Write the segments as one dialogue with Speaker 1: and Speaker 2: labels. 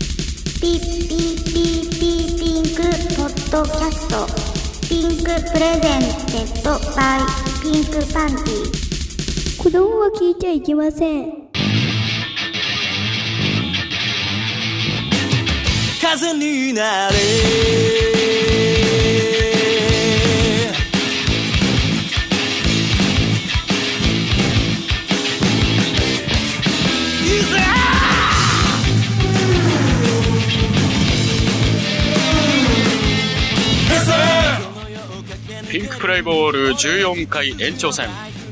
Speaker 1: ピッピッピッピッピンクポッドキャストピンクプレゼンテッドバイピンクパンティ子供は聞いちゃいけません
Speaker 2: 風になれいざ
Speaker 3: ピンクプレイボール14回延長戦。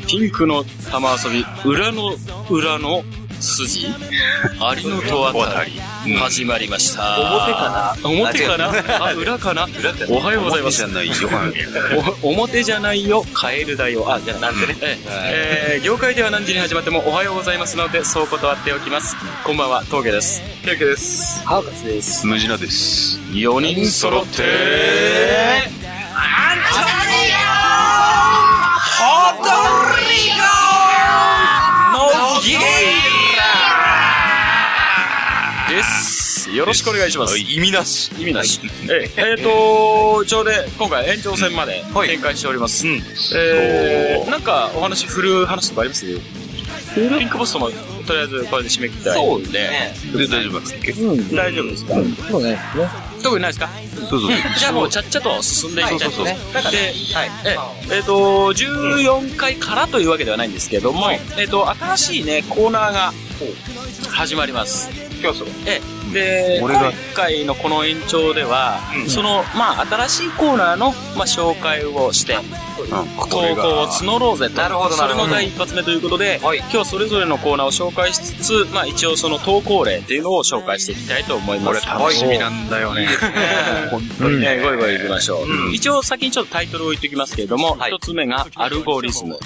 Speaker 3: ピンクの玉遊び、裏の裏の筋、ありのとあたり、始まりました。表かな表かなあ、裏かなおはようございます。
Speaker 4: ないよ。
Speaker 3: お表じゃないよ、カエルだよ。あ、じゃあなんてね。えー業界では何時に始まってもおはようございますので、そう断っておきます。こんばんは、峠です。ケイケです。ハーカスです。
Speaker 4: ムジナです。
Speaker 3: 4人揃って、です。よろしくお願いします。
Speaker 4: 意味なし。
Speaker 3: 意味なし。えええーと、ちょうど今回延長戦まで
Speaker 4: はい
Speaker 3: 展開しております。えー、なんかお話、振る話とかありますピンクボストもとりあえずこれで締め切りたい。
Speaker 4: そうね。で、大丈夫なんですっけそう
Speaker 3: 大丈夫ですか、特にないですか
Speaker 4: そう。
Speaker 3: じゃあもうちゃっちゃと進んでいきたいと
Speaker 4: はいそうそうそ
Speaker 3: で、えええーと、14回からというわけではないんですけども、えーと、新しいね、コーナーが始まります。
Speaker 4: 今日そう。
Speaker 3: ええで、
Speaker 4: 俺が
Speaker 3: 今回のこの延長では、
Speaker 4: うん
Speaker 3: その、まあ、新しいコーナーの、まあ、紹介をして、投稿を募ろうぜと。なるほど、それの第一発目ということで、今日それぞれのコーナーを紹介しつつ、まあ、一応その投稿例っていうのを紹介していきたいと思います。
Speaker 4: 楽しみなんだよね。本当に。
Speaker 3: えー、ゴリゴリ行きましょう、
Speaker 4: うん
Speaker 3: 一応先にちょっとタイトルを言っておきますけれども、一、つ目がアルゴリズム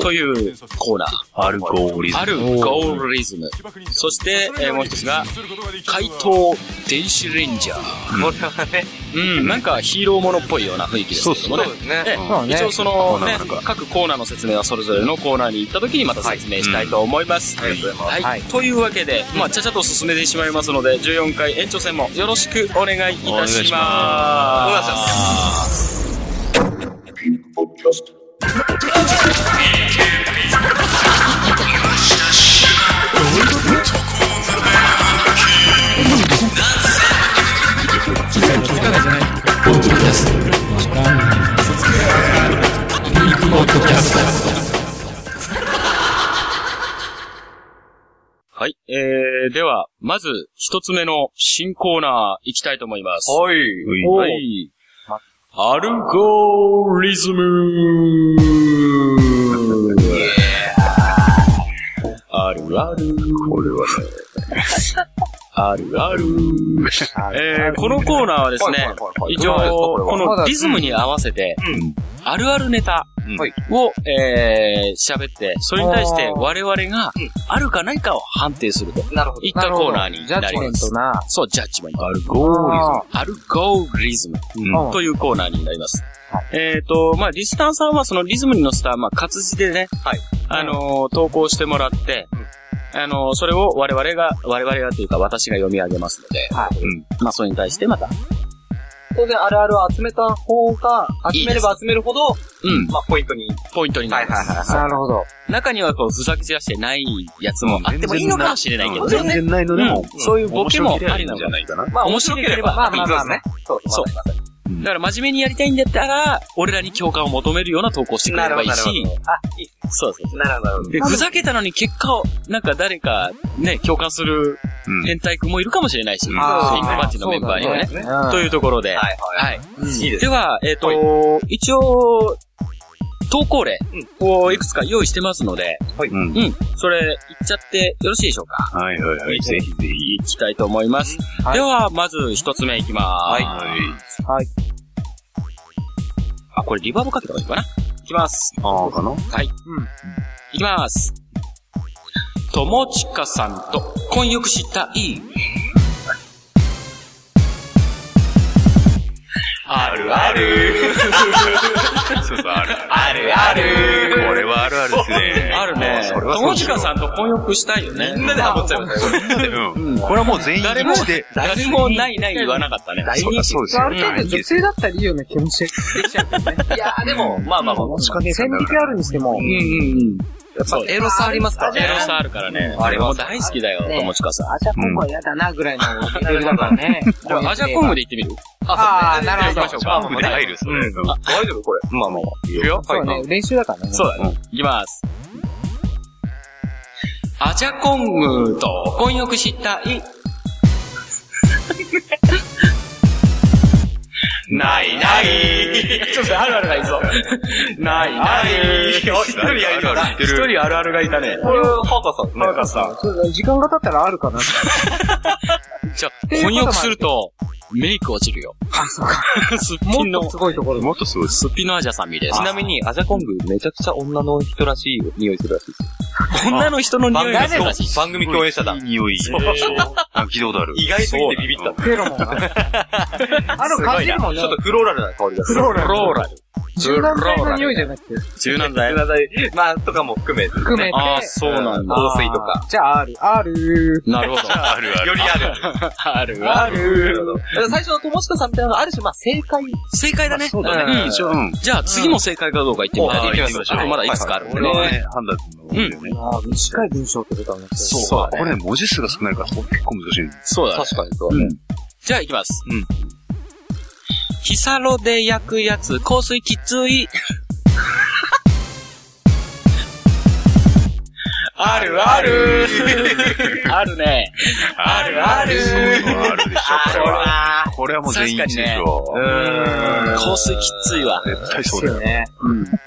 Speaker 3: というコーナー。
Speaker 4: アルゴリズ
Speaker 3: アルゴリズム。そして、えーもう一つが、怪盗電子レンジャー。
Speaker 5: これはね、
Speaker 3: うん、なんかヒーローものっぽいような雰囲気ですけどもね。
Speaker 5: すね
Speaker 3: え
Speaker 6: まあね
Speaker 3: 一応その、ね
Speaker 4: コーナー、
Speaker 3: 各コーナーの説明はそれぞれのコーナーに行った時にまた説明したいと思います。はい。はいというわけで、まあ、ちゃちゃと進めてしまいますので、14回延長戦もよろしくお願いい
Speaker 4: お
Speaker 3: た
Speaker 4: 願い
Speaker 3: し
Speaker 4: し
Speaker 3: ます。はい。えー、では、まず、一つ目の新コーナー行きたいと思います。
Speaker 5: はい。
Speaker 4: ム。
Speaker 3: はい。アルゴリズムあるある。これはね。ある ある。えーこのコーナーはですね、一応、このリズムに合わせて、あるあるネタを、えー喋って、それに対して我々が、あるかないかを判定すると
Speaker 5: なるほ
Speaker 3: いったコーナーになります。
Speaker 6: な。
Speaker 3: そう、ジャッジメント。
Speaker 6: ゴ
Speaker 3: アルゴリズム。
Speaker 6: うん
Speaker 3: というコーナーになります。えっ、と、まあ、リスナーさんはそのリズムに乗せた、まあ、活字でね、あのー投稿してもらって、あのーそれを我々が、我々がというか私が読み上げますので、
Speaker 5: はい
Speaker 3: うんまあ、それに対してまた、
Speaker 5: 当然、あるあるを集めた方が、集めれば集めるほど、
Speaker 3: うん、
Speaker 5: まあ、ポイントに。
Speaker 3: ポイントになります。
Speaker 5: は
Speaker 6: なるほど。
Speaker 3: 中にはこう、ふざけ散らしてないやつもあってもいいのかもしれないけど
Speaker 4: 全
Speaker 3: ね。
Speaker 4: 然ないのでも、
Speaker 3: そういうボケもありな
Speaker 4: 面白けりゃいいん
Speaker 3: の
Speaker 4: じ
Speaker 3: かな。
Speaker 4: ゃないかな。
Speaker 5: ま
Speaker 3: 面白ければ
Speaker 5: まあまあまあまあね。そう
Speaker 3: そう。だから真面目にやりたいんだったら、俺らに共感を求めるような投稿してくれればいいし、
Speaker 5: あ、いい。
Speaker 3: そうそう
Speaker 5: なるほど、なるほど。
Speaker 3: で、ふざけたのに結果を、なんか誰かね、共感する
Speaker 4: うん
Speaker 3: 変態君もいるかもしれないし、ピンク
Speaker 5: あー
Speaker 3: マッチのメンバーにはね。
Speaker 6: ね。
Speaker 3: というところで、
Speaker 5: はいはい。
Speaker 3: はい。
Speaker 5: いいです。
Speaker 3: では、えっ
Speaker 5: は
Speaker 3: と、一応、投稿例をいくつか用意してますので、
Speaker 4: うん
Speaker 3: うん、それ、いっちゃってよろしいでしょうか
Speaker 4: はいはいはい。ぜひぜひ。
Speaker 3: いきたいと思います。
Speaker 6: はい
Speaker 3: では、まず一つ目いきます。
Speaker 4: はい。
Speaker 6: はい。
Speaker 3: あ、これリバーブかけた方がいいかないきます。
Speaker 4: ああ、かな
Speaker 3: いきます。友近さんと婚約したい。あるある。
Speaker 4: そうそう、ある。
Speaker 3: あるある。
Speaker 4: これはあるあるですね。
Speaker 3: あるね。
Speaker 4: それはそう
Speaker 3: 友
Speaker 4: です
Speaker 3: 近
Speaker 4: よ
Speaker 3: さんと婚約したいよね。みんな
Speaker 5: でハモっちゃう
Speaker 4: うん。これはもう全員
Speaker 3: 誰も
Speaker 4: 一致で。、
Speaker 3: 誰もないない言わなかったね。
Speaker 4: そりゃそうですよ。
Speaker 5: ある程度女性だったらいいような気持ちができちゃうけどね。いやーでも、まあまあまあ、もしかね、線引きあるにしても、
Speaker 3: やっぱ
Speaker 5: エロさありますからね。
Speaker 3: エロさあるからね。あれもう大好きだよ、友近さん。
Speaker 5: アジャコングは嫌だなぐらいのレベルだからね。
Speaker 3: じゃあ、アジャコングで行ってみる
Speaker 5: ああ、なるほど。
Speaker 3: 行きましょうか
Speaker 4: 僕で入る、それ。
Speaker 3: 大丈夫これ。まあまあ。いくよ
Speaker 5: そうね、練習だからね。
Speaker 3: そうだね。いきます。アジャコングと婚約したい。ないない。ちょっとあるあるがいぞ。ないない。一人がいるな。一人あるあるがいたね。
Speaker 5: これはハカさん。
Speaker 3: なんかさ、
Speaker 5: そう時間が経ったらあるかな。
Speaker 3: じゃあ、婚約すると、メイク落ちるよ。
Speaker 5: あ、そうか。
Speaker 3: すっ
Speaker 5: も
Speaker 3: ぴん
Speaker 5: っ
Speaker 3: の
Speaker 5: と、すごいところ。
Speaker 4: もっとすごいです。
Speaker 3: すっぴんのアジャさんみたいな。
Speaker 6: ちなみに、アジャコング、めちゃくちゃ女の人らしい匂いするらしいです。
Speaker 3: 女の人の匂いがするらしい。
Speaker 6: 番組共 演者だ。
Speaker 4: いい匂い。そう。聞いたことある。
Speaker 6: 意外すぎてビビった。
Speaker 5: フェロモンが。あの、感じるもんね
Speaker 6: ちょ。っとフローラルな香りがする。
Speaker 5: フローラル
Speaker 3: ローラル。
Speaker 5: 柔軟剤の匂いじゃなくて、
Speaker 3: 柔軟剤。
Speaker 6: まあ、とかも含めて。
Speaker 5: 含めて。
Speaker 3: ああ、そうなんだ。
Speaker 6: 香水とか。
Speaker 5: じゃあ、ある。ある。
Speaker 3: なるほど。
Speaker 4: あるある。
Speaker 6: よりある。
Speaker 3: あるわ。
Speaker 5: 最初の友近さんみたいなのがある種、まあ、正解。
Speaker 3: 正解だね。そうだね。
Speaker 4: 一応、うん。
Speaker 3: じゃあ次も正解かどうか言ってみた
Speaker 6: あー
Speaker 3: い。
Speaker 6: 行きましょう
Speaker 3: あとまだいくつかあるんで
Speaker 4: これは
Speaker 3: ね。
Speaker 4: ね、判断するの多いよね。
Speaker 5: ああ、短い文章ってことなんだけど。
Speaker 4: そう。これね、文字数が少ないから、結構難しいんです。
Speaker 3: そうだね。
Speaker 6: 確かにそうだね。
Speaker 3: じゃあ行きます。うん。ヒサロで焼くやつ、香水きつい。あるある。あるね。
Speaker 4: あ
Speaker 3: るある
Speaker 4: あるでしょ、これは。
Speaker 3: あ
Speaker 4: これはもう全員一致でしょ。
Speaker 3: ー香水きついわ。
Speaker 4: 絶対
Speaker 5: で
Speaker 4: そう
Speaker 5: す
Speaker 4: だ
Speaker 5: よ
Speaker 4: よ。
Speaker 5: ね。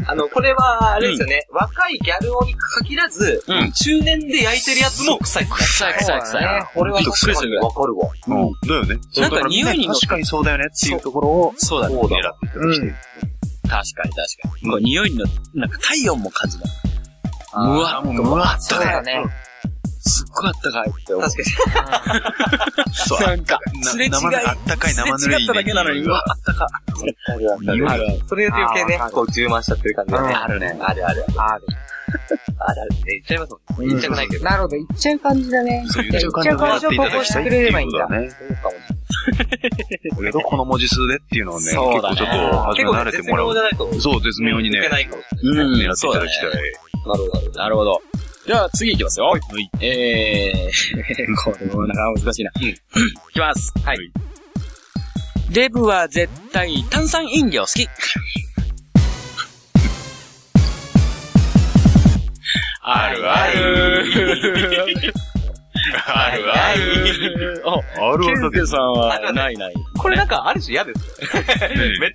Speaker 6: あの、これは、あれですよね。
Speaker 5: 若いギャル男に限らず、
Speaker 3: うん
Speaker 5: 中年で焼いてるやつも臭い。
Speaker 3: 臭い臭い臭い。
Speaker 5: 俺は
Speaker 3: びっくりするぐらい
Speaker 5: わかるわ。
Speaker 4: うん。だよね。
Speaker 3: なんか匂いに乗って
Speaker 4: 確かにそうだよねっていうところを、
Speaker 3: そうだね。
Speaker 4: 狙っていただきたい。
Speaker 3: 確かに確かに。こう匂いの、なんか体温も感じない。
Speaker 5: あー
Speaker 3: むわっと。
Speaker 4: うわ、
Speaker 5: そうだね。
Speaker 3: すっごいあったかいって思う。
Speaker 6: 確かに。
Speaker 4: そう。
Speaker 3: なんか、
Speaker 4: な
Speaker 3: すれ違い、
Speaker 4: 生ぬあったかい生ぬるい。
Speaker 3: すれ違っただけなのに、うわ、あったか。ある
Speaker 6: それで余計ね
Speaker 5: あーわかる、
Speaker 6: こう充満しちゃってる感じがね。
Speaker 5: うん
Speaker 6: あるね。あるある。
Speaker 5: ある。
Speaker 6: あるある。え言っちゃいますもんね。言っちゃくないけど。
Speaker 5: なるほど、いっちゃう感じだね。
Speaker 4: そういう感じで狙っていただきたいっていうことだね。
Speaker 6: そうかもし
Speaker 4: だけど、この文字数でっていうのをね、結
Speaker 3: そうだ
Speaker 4: 構
Speaker 3: ね
Speaker 4: ちょっと、初
Speaker 6: れ
Speaker 4: め
Speaker 6: ない。
Speaker 4: 慣れ
Speaker 6: 結
Speaker 4: て
Speaker 6: 構、絶
Speaker 4: もら
Speaker 6: 妙
Speaker 4: う
Speaker 6: じ。ゃないと。
Speaker 4: そう、絶妙に
Speaker 6: 抜
Speaker 4: ね
Speaker 6: け、ないかもしれない。
Speaker 3: うん
Speaker 4: 狙っていただきたい。
Speaker 6: なるほどなるほど。
Speaker 3: なるほど。じゃあ次行きますよ。はい。えー、 これもなかなか難しいな。いきます。はい。デブは絶対炭酸飲料好き。 あるあ る。あるある。お、
Speaker 4: ある
Speaker 3: ケ
Speaker 4: わ
Speaker 3: ン
Speaker 4: だけ
Speaker 3: ケさんはないない。
Speaker 6: これなんか、ある種嫌です。めっ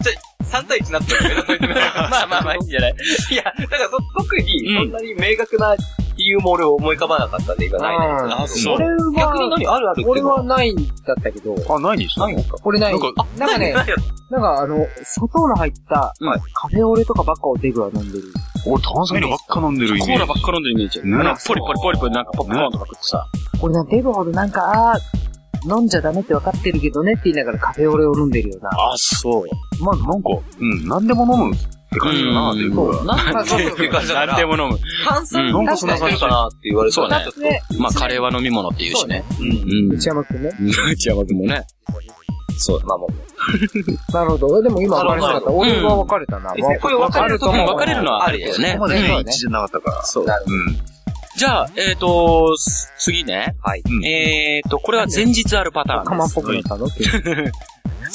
Speaker 6: ちゃ、3対1になってるけど。
Speaker 3: まあまあまあ、いいんじゃない
Speaker 6: いや、だからそ特に、そんなに明確な理由も俺思い浮かばなかったんで、今ないね。
Speaker 5: あ
Speaker 4: そう
Speaker 5: れは、
Speaker 6: 逆に何あるあるって
Speaker 5: 俺
Speaker 6: いうの
Speaker 5: はないんだったけど、
Speaker 4: あ、ないにしたの
Speaker 5: 俺ない。
Speaker 4: な
Speaker 5: なん
Speaker 4: か
Speaker 5: んか ね、 なんかあの、砂糖の入った、
Speaker 3: うん
Speaker 5: カフェオレとかばっかをデブは飲んでる。
Speaker 4: 俺、炭酸飲料ばっか飲んでるイ
Speaker 3: コ
Speaker 4: メ
Speaker 3: ー
Speaker 4: ー
Speaker 3: ラ
Speaker 4: ジ。
Speaker 3: ばっか飲んでるイメージ。
Speaker 4: ね
Speaker 3: あのポリポリポリポリなんかポップコーンとか食ってさ。
Speaker 5: 俺な、デブほどなんか、あー飲んじゃダメって分かってるけどねって言いながらカフェオレを飲んでるよな。
Speaker 3: あ、そう。
Speaker 4: まあ、なんか、うん、なんでも飲むって感じだな、っていうか。
Speaker 5: なんかそうそうそう
Speaker 3: 何でも 飲む。
Speaker 6: 炭酸
Speaker 3: うん
Speaker 4: なんかそんな感じ
Speaker 6: かなって言われたら
Speaker 3: そう
Speaker 6: ちょっと
Speaker 3: まあ、カレーは飲み物って言うしね。うん。うん。
Speaker 5: 内山くんね。
Speaker 3: 内山くんもね。
Speaker 6: そう、まあまあ
Speaker 5: なるほど。でも今分かれなかった。
Speaker 3: なる
Speaker 5: 俺
Speaker 3: ほど
Speaker 5: は分かれたな。
Speaker 6: うん
Speaker 5: わ
Speaker 6: これ分かれると思う
Speaker 3: 分かれるのはあるよ
Speaker 4: そ
Speaker 3: ね
Speaker 4: こ。まで
Speaker 5: そう
Speaker 4: ね
Speaker 5: ね
Speaker 4: 一致じゃなかったから。
Speaker 3: そう。
Speaker 4: うん。
Speaker 3: じゃあ、えっと、す次ね。
Speaker 6: はい
Speaker 4: うん
Speaker 3: えっと、これは前日あるパタ
Speaker 5: カマっ
Speaker 3: ー
Speaker 5: ぽ
Speaker 3: ン
Speaker 5: くな
Speaker 3: で
Speaker 5: ったの急に
Speaker 3: す。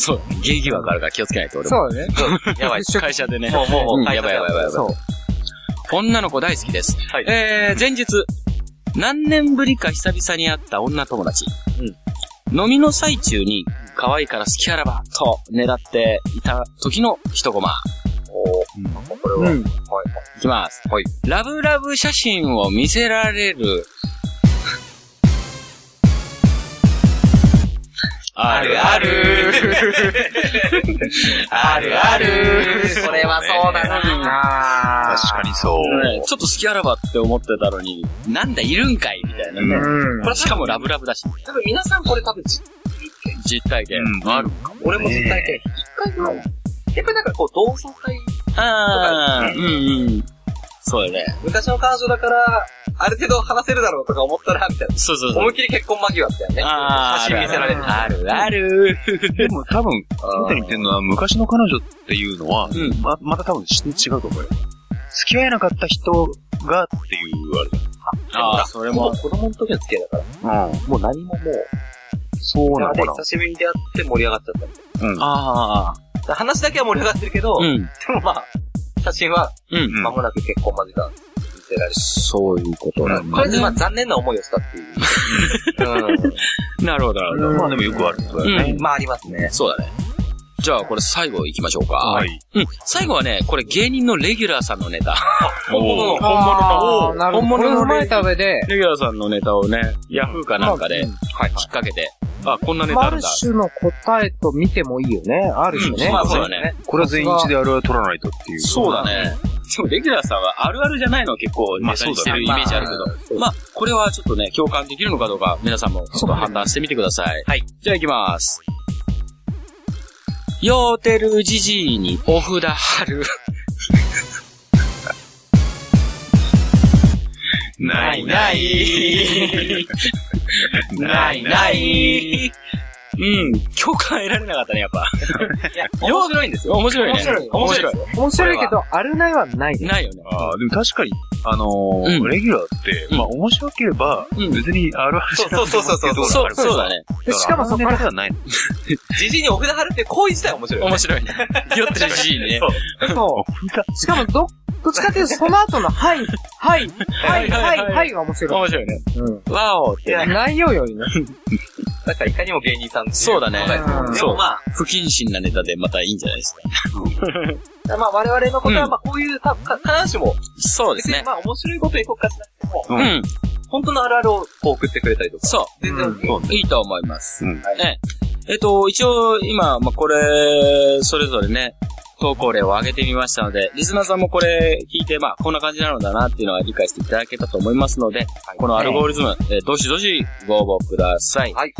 Speaker 3: そう。ゲイ疑惑あるから気をつけないと俺も。
Speaker 5: そうだね。
Speaker 6: そう。 やばい。
Speaker 3: 会社でね。
Speaker 6: もう、もう、も
Speaker 3: うん
Speaker 6: う、
Speaker 3: やばいやばいやばい。
Speaker 5: そう。
Speaker 3: 女の子大好きです。
Speaker 6: はい
Speaker 3: えー、前日、何年ぶりか久々に会った女友達。飲みの最中に、可愛いから好きあらば、と狙っていた時の一コマ。
Speaker 6: これは。
Speaker 5: うん。
Speaker 3: いきます。
Speaker 6: はい
Speaker 3: ラブラブ写真を見せられる。あるある。あるある。
Speaker 5: それはそうだな
Speaker 4: 確かにそう。
Speaker 3: ねちょっと好きあらばって思ってたのに、なんだいるんかいみたいなね。
Speaker 5: うん
Speaker 3: これしかもラブラブだし。
Speaker 6: 多分皆さんこれ多分、実験。
Speaker 3: 実体験。
Speaker 4: うん、ある。
Speaker 6: 俺も実体験。一回ぐらい。やっぱりなんかこう、同窓会、
Speaker 3: ああ、うんうん。そうよね。
Speaker 6: 昔の彼女だから、ある程度話せるだろうとか思ったら、みたいな。
Speaker 3: そうそうそ
Speaker 6: 思
Speaker 3: う
Speaker 6: いっ。きり結婚間際だよね。
Speaker 3: あ
Speaker 6: 写真見せられる。
Speaker 3: あるある。
Speaker 4: でも多分、みたいに言ってるのは、昔の彼女っていうのは、
Speaker 3: うん
Speaker 4: ま、また多分し違うと思うよ。付き合えなかった人がっていう、
Speaker 3: ああ、それも
Speaker 6: もう。子供の時の付き合いだから。
Speaker 4: あれ。うん。もう何ももう、そうなのかな
Speaker 6: で久しぶりに出会って盛り上がっちゃったみたい
Speaker 3: ああ、
Speaker 6: な。話だけは盛り上がってるけど、
Speaker 3: うん。
Speaker 6: でもまあ、写真は
Speaker 3: うん。
Speaker 6: 間もなく結婚間近見せられる。
Speaker 3: そういうこと
Speaker 4: な
Speaker 6: とりあえずまあ残念な思いをしたっていう。
Speaker 3: なるほど、なるほ
Speaker 4: まあでもよくあることだよね。
Speaker 6: うん。まあありますね
Speaker 3: ど。。そうだね。じゃあ、これ最後行きましょうか。
Speaker 4: はい。
Speaker 3: うん。最後はね、これ芸人のレギュラーさんの ネタ。本物の、
Speaker 5: あ
Speaker 3: 本
Speaker 5: ーな
Speaker 3: 物
Speaker 5: る
Speaker 3: の、
Speaker 5: ほ
Speaker 3: 本
Speaker 5: ど。これ
Speaker 3: 物の
Speaker 5: を踏ま
Speaker 3: レ
Speaker 5: え
Speaker 3: ギュ
Speaker 5: た上で、
Speaker 3: ラーさんのネタをね、ヤフーかなんかで、引っ
Speaker 6: はい。
Speaker 3: 掛けて、あ、こんなネタあ
Speaker 5: あ
Speaker 3: るん
Speaker 5: る
Speaker 3: だ。
Speaker 5: 種の答えと見てもいいよね。ある種ね。
Speaker 3: まあ、そうだね。
Speaker 4: これは全員一致であれは取らないとっていう。
Speaker 3: そうだ。ね。でも、レギュラーさんはあるあるじゃないのは結構ネタにしてるイメージある
Speaker 6: まあそうだね
Speaker 3: けど。まあ、これはちょっとね、共感できるのかどうか、皆さんもちょっと判断してみてください。はい。じゃあ行きます。ヨーテルジジイにお札貼る。
Speaker 4: ないな。
Speaker 3: い。 ないない。うん、共感得られなかったね、やっぱ。
Speaker 6: いや、面白いんですよ。
Speaker 3: 面白いね。
Speaker 6: 面白いよ
Speaker 3: 面白い。
Speaker 5: 面白いけど、あるないはないね。
Speaker 3: ないよね。
Speaker 4: ああ、でも確かに、あのー
Speaker 3: うん
Speaker 4: レギュラーって、
Speaker 3: うん
Speaker 4: まあ面白ければ、
Speaker 3: うん
Speaker 4: 別にあるあるじゃなくても
Speaker 6: そうそうそうそう
Speaker 3: そう、そうだ。ね。
Speaker 5: でしかもそこ
Speaker 4: こ
Speaker 5: か
Speaker 4: かららではないの。
Speaker 6: じじいにお札貼るって行為自体面白いよね。
Speaker 3: 面白 いね。酔ってるジジイね。
Speaker 5: と、しかもど、どっちかっていうと、その後の、はい、 はい、はい、はい、はいが面白い。
Speaker 3: 面白いね。
Speaker 5: うん。
Speaker 3: わおってね。
Speaker 5: 内容よりね。
Speaker 6: だからいかにも芸人さんってい
Speaker 3: そうだね
Speaker 5: うん
Speaker 6: でもまあ、
Speaker 3: 不謹慎なネタでまたいいんじゃないですか。
Speaker 6: まあ我々のこと
Speaker 3: う
Speaker 6: は
Speaker 3: ん
Speaker 6: まあこういう、たか必ずしも、
Speaker 3: そうで
Speaker 6: 別
Speaker 3: す
Speaker 6: に
Speaker 3: ね。
Speaker 6: まあ面白いことに特化しなくても、
Speaker 4: う
Speaker 3: うん。
Speaker 6: 本当のあるあるをこう送ってくれたりとか。
Speaker 3: そ
Speaker 6: 全然 OK。
Speaker 3: う。いいと思います。
Speaker 4: うん
Speaker 3: えええっと、一応、今、まあ、これ、それぞれね、投稿例を上げてみましたので、リスナーさんもこれ聞いて、まあ、こんな感じなのだなっていうのは理解していただけたと思いますので、このアルゴリズム、えーどしどしご応募ください。
Speaker 6: はい。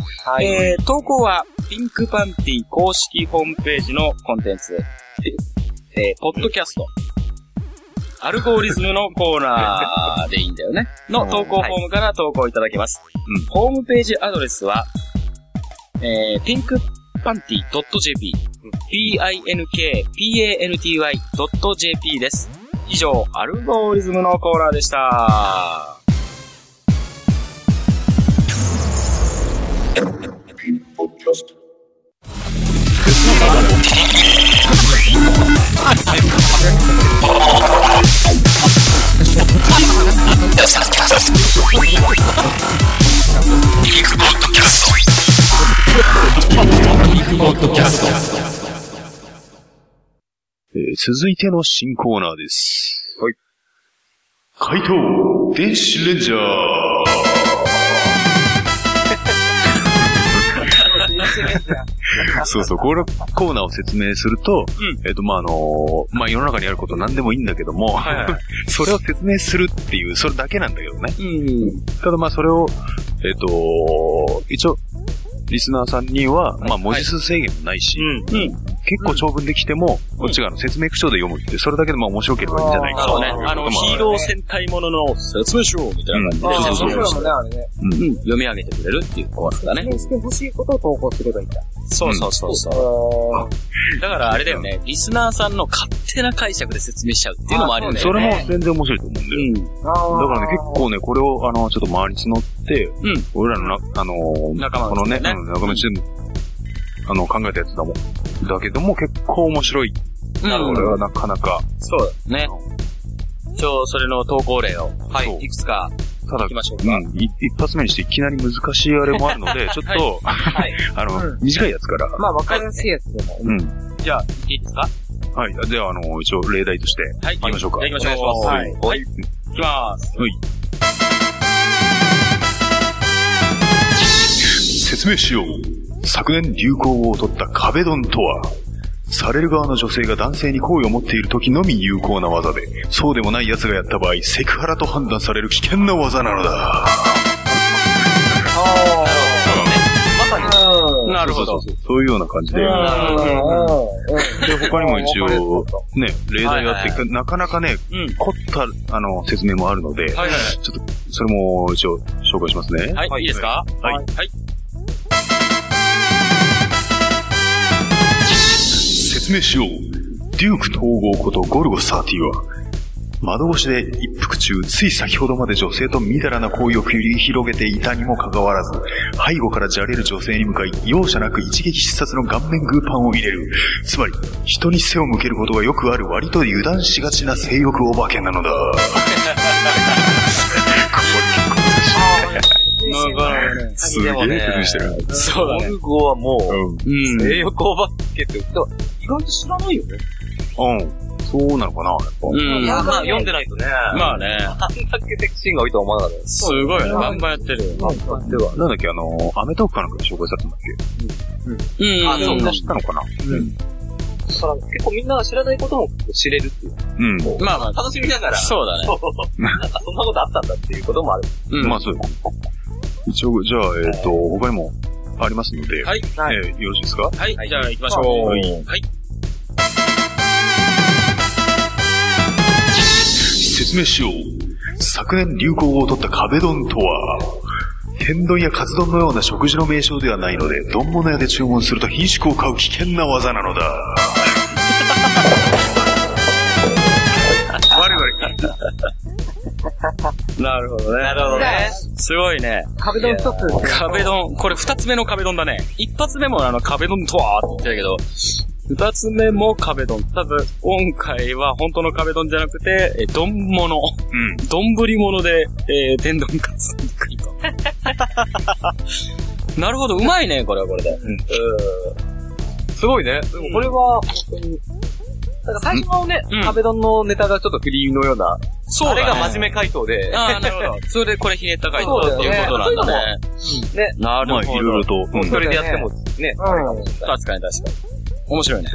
Speaker 3: えー、投稿は、ピンクパンティ公式ホームページのコンテンツ、ええーポッドキャスト、アルゴリズムのコーナーでいいんだよね。の投稿フォームから投稿いただけます。
Speaker 4: うん
Speaker 3: ホームページアドレスは、えー、pinkpanty.jp、p-i-n-k-p-a-n-t-y.jp です。以上、アルゴリズムのコーナーでした。
Speaker 4: えー続いての新コーナーです。はい。怪盗電子レン ジャーそうそう、このコーナーを説明すると、えっ、と、まあ、あのーまあ、世の中にあること何でもいいんだけども、 それを説明するっていう、それだけなんだけどね。
Speaker 3: うん。
Speaker 4: ただまあそれを、えっ、と、一応、リスナーさんには、まあ文字数制限もないし、
Speaker 3: うん。うん。
Speaker 4: 結構長文できても、こっちがあの説明口調で読むって、それだけでまあ面白ければいいんじゃないか
Speaker 3: そうね。
Speaker 4: という
Speaker 3: あの、
Speaker 4: ことも
Speaker 3: ヒーロー戦隊ものの説明書みたいな
Speaker 5: ああ、
Speaker 3: 感じで、
Speaker 5: 面白いもんね、あれね。
Speaker 3: うん読み上げてくれるっていうコーナーだ
Speaker 5: 説
Speaker 3: ね。
Speaker 5: 明してほしいことを投稿すればいいんだ。
Speaker 3: そうそうそうそう。だからあれだよね、リスナーさんの勝手な解釈で説明しちゃうっていうのもあるよね。
Speaker 4: それも全然面白いと思うんだよ。
Speaker 3: う
Speaker 5: ああ
Speaker 4: だからね、結構ね、これを、あの、ちょっと周りに募って、
Speaker 3: ん。
Speaker 4: 俺らのな、あのー
Speaker 3: 仲間
Speaker 4: このね、
Speaker 3: ね
Speaker 4: うん仲間内でも、あの、考えたやつだもん。だけども、結構面白い。
Speaker 3: うん。
Speaker 4: これはなかなか。
Speaker 3: そうだね。一応、それの投稿例を、は
Speaker 4: そう
Speaker 3: い、いくつか。
Speaker 4: ただ、
Speaker 3: 行きましょう
Speaker 4: う
Speaker 3: か
Speaker 4: ん、い一発目にしていきなり難しいあれもあるので、ちょっと、 あの、短いやつから。
Speaker 5: まあ、わかりやすいやつでも。
Speaker 4: うん。
Speaker 3: じゃあ、いいですか
Speaker 4: はい。では、あの、一応、例題として。
Speaker 3: はい。行
Speaker 4: きましょうか
Speaker 3: 行きましょう。
Speaker 4: お願
Speaker 3: はいい
Speaker 4: し。
Speaker 3: はい。行きます。
Speaker 4: 説明しよう。昨年流行を取った壁ドンとは、される側の女性が男性に好意を持っている時のみ有効な技で、そうでもない奴がやった場合、セクハラと判断される危険な技なのだ。
Speaker 5: あ
Speaker 6: まさに、
Speaker 5: あ。うん。
Speaker 3: なるほど
Speaker 4: そうそうそうそういうような感じで。
Speaker 3: なるほ
Speaker 4: で、他にも一応、ね、例題があ
Speaker 3: はいはい
Speaker 4: って、なかなかね、
Speaker 3: うん。
Speaker 4: 凝った、あの、説明もあるので、
Speaker 3: はいはい
Speaker 4: ちょっと、それも一応紹介しますね。
Speaker 3: はい。はい、いいですか
Speaker 4: はい
Speaker 3: はい。
Speaker 4: 説明しよう。デューク統合ことゴルゴ30は、窓越しで一服中、つい先ほどまで女性とみだらな行為を繰り広げていたにもかかわらず、背後からじゃれる女性に向かい、容赦なく一撃必殺の顔面グーパンを入れる。つまり、人に背を向けることがよくある割と油断しがちな性欲お化けなのだ。これ結構難しいすげえ工夫してる。
Speaker 3: そうだね。
Speaker 6: ルゴはもう、
Speaker 4: うん。
Speaker 3: うん。
Speaker 6: 性欲おばけって言っても意外と知らないよね。
Speaker 4: うん。そうなのかなやっぱ。
Speaker 3: うん。
Speaker 6: まあ、読んでないとね。
Speaker 3: まあね。
Speaker 6: あんだけセクシーンが多いとは思わなかったです。
Speaker 3: すごいね。バンバンやってる。
Speaker 6: では、
Speaker 4: なんだっけ、あの、アメトークかなんかで紹介されたんだっけ
Speaker 3: うん。
Speaker 6: あそう
Speaker 4: 知ったのかな
Speaker 6: だから結構みんな知らないことも知れるっていう。
Speaker 4: うん。
Speaker 3: まあま
Speaker 6: 楽しみなが
Speaker 3: あ、
Speaker 6: ら、
Speaker 3: そうだね。
Speaker 6: なんかそんなことあったんだっていうこともある。
Speaker 3: うん。
Speaker 4: まあ、そうよ一応、じゃあ、えっ、と、他にもありますので、
Speaker 3: はい。
Speaker 4: えーよろしいですか
Speaker 3: はい、じゃあ行きましょう。
Speaker 4: はい
Speaker 3: はい。
Speaker 4: 説明しよう。昨年流行語を取った壁丼とは、天丼やカツ丼のような食事の名称ではないので、丼物屋で注文すると品種を買う危険な技なのだ。
Speaker 3: なるほどね。なるほどね。すごいね。
Speaker 5: 壁ドン一つ。
Speaker 3: 壁ドン、これ二つ目の壁ドンだね。一発目もあの壁ドンとはーって言ってたけど、二つ目も壁ドン。ただ、今回は本当の壁ドンじゃなくて、え、丼物。
Speaker 4: うん。
Speaker 3: 丼物で、えー、天丼カツ丼食い と。なるほど、うまいね、これはこれで。
Speaker 6: すごいね。でもこれは、本当に。なんか最初のね
Speaker 3: うん、
Speaker 6: 壁ドンのネタがちょっとフリーのような、
Speaker 3: そ
Speaker 6: あれが真面目回答で、
Speaker 3: ああ、なる ほど。それでこれひねった回答だっていうことなんだね。
Speaker 6: だよね
Speaker 3: な
Speaker 4: まあ、
Speaker 3: る
Speaker 4: い
Speaker 3: ほど
Speaker 4: ろいろ。と、うん
Speaker 6: 一人でやってもね、
Speaker 5: うん。
Speaker 3: 確かに確かに。面白いね。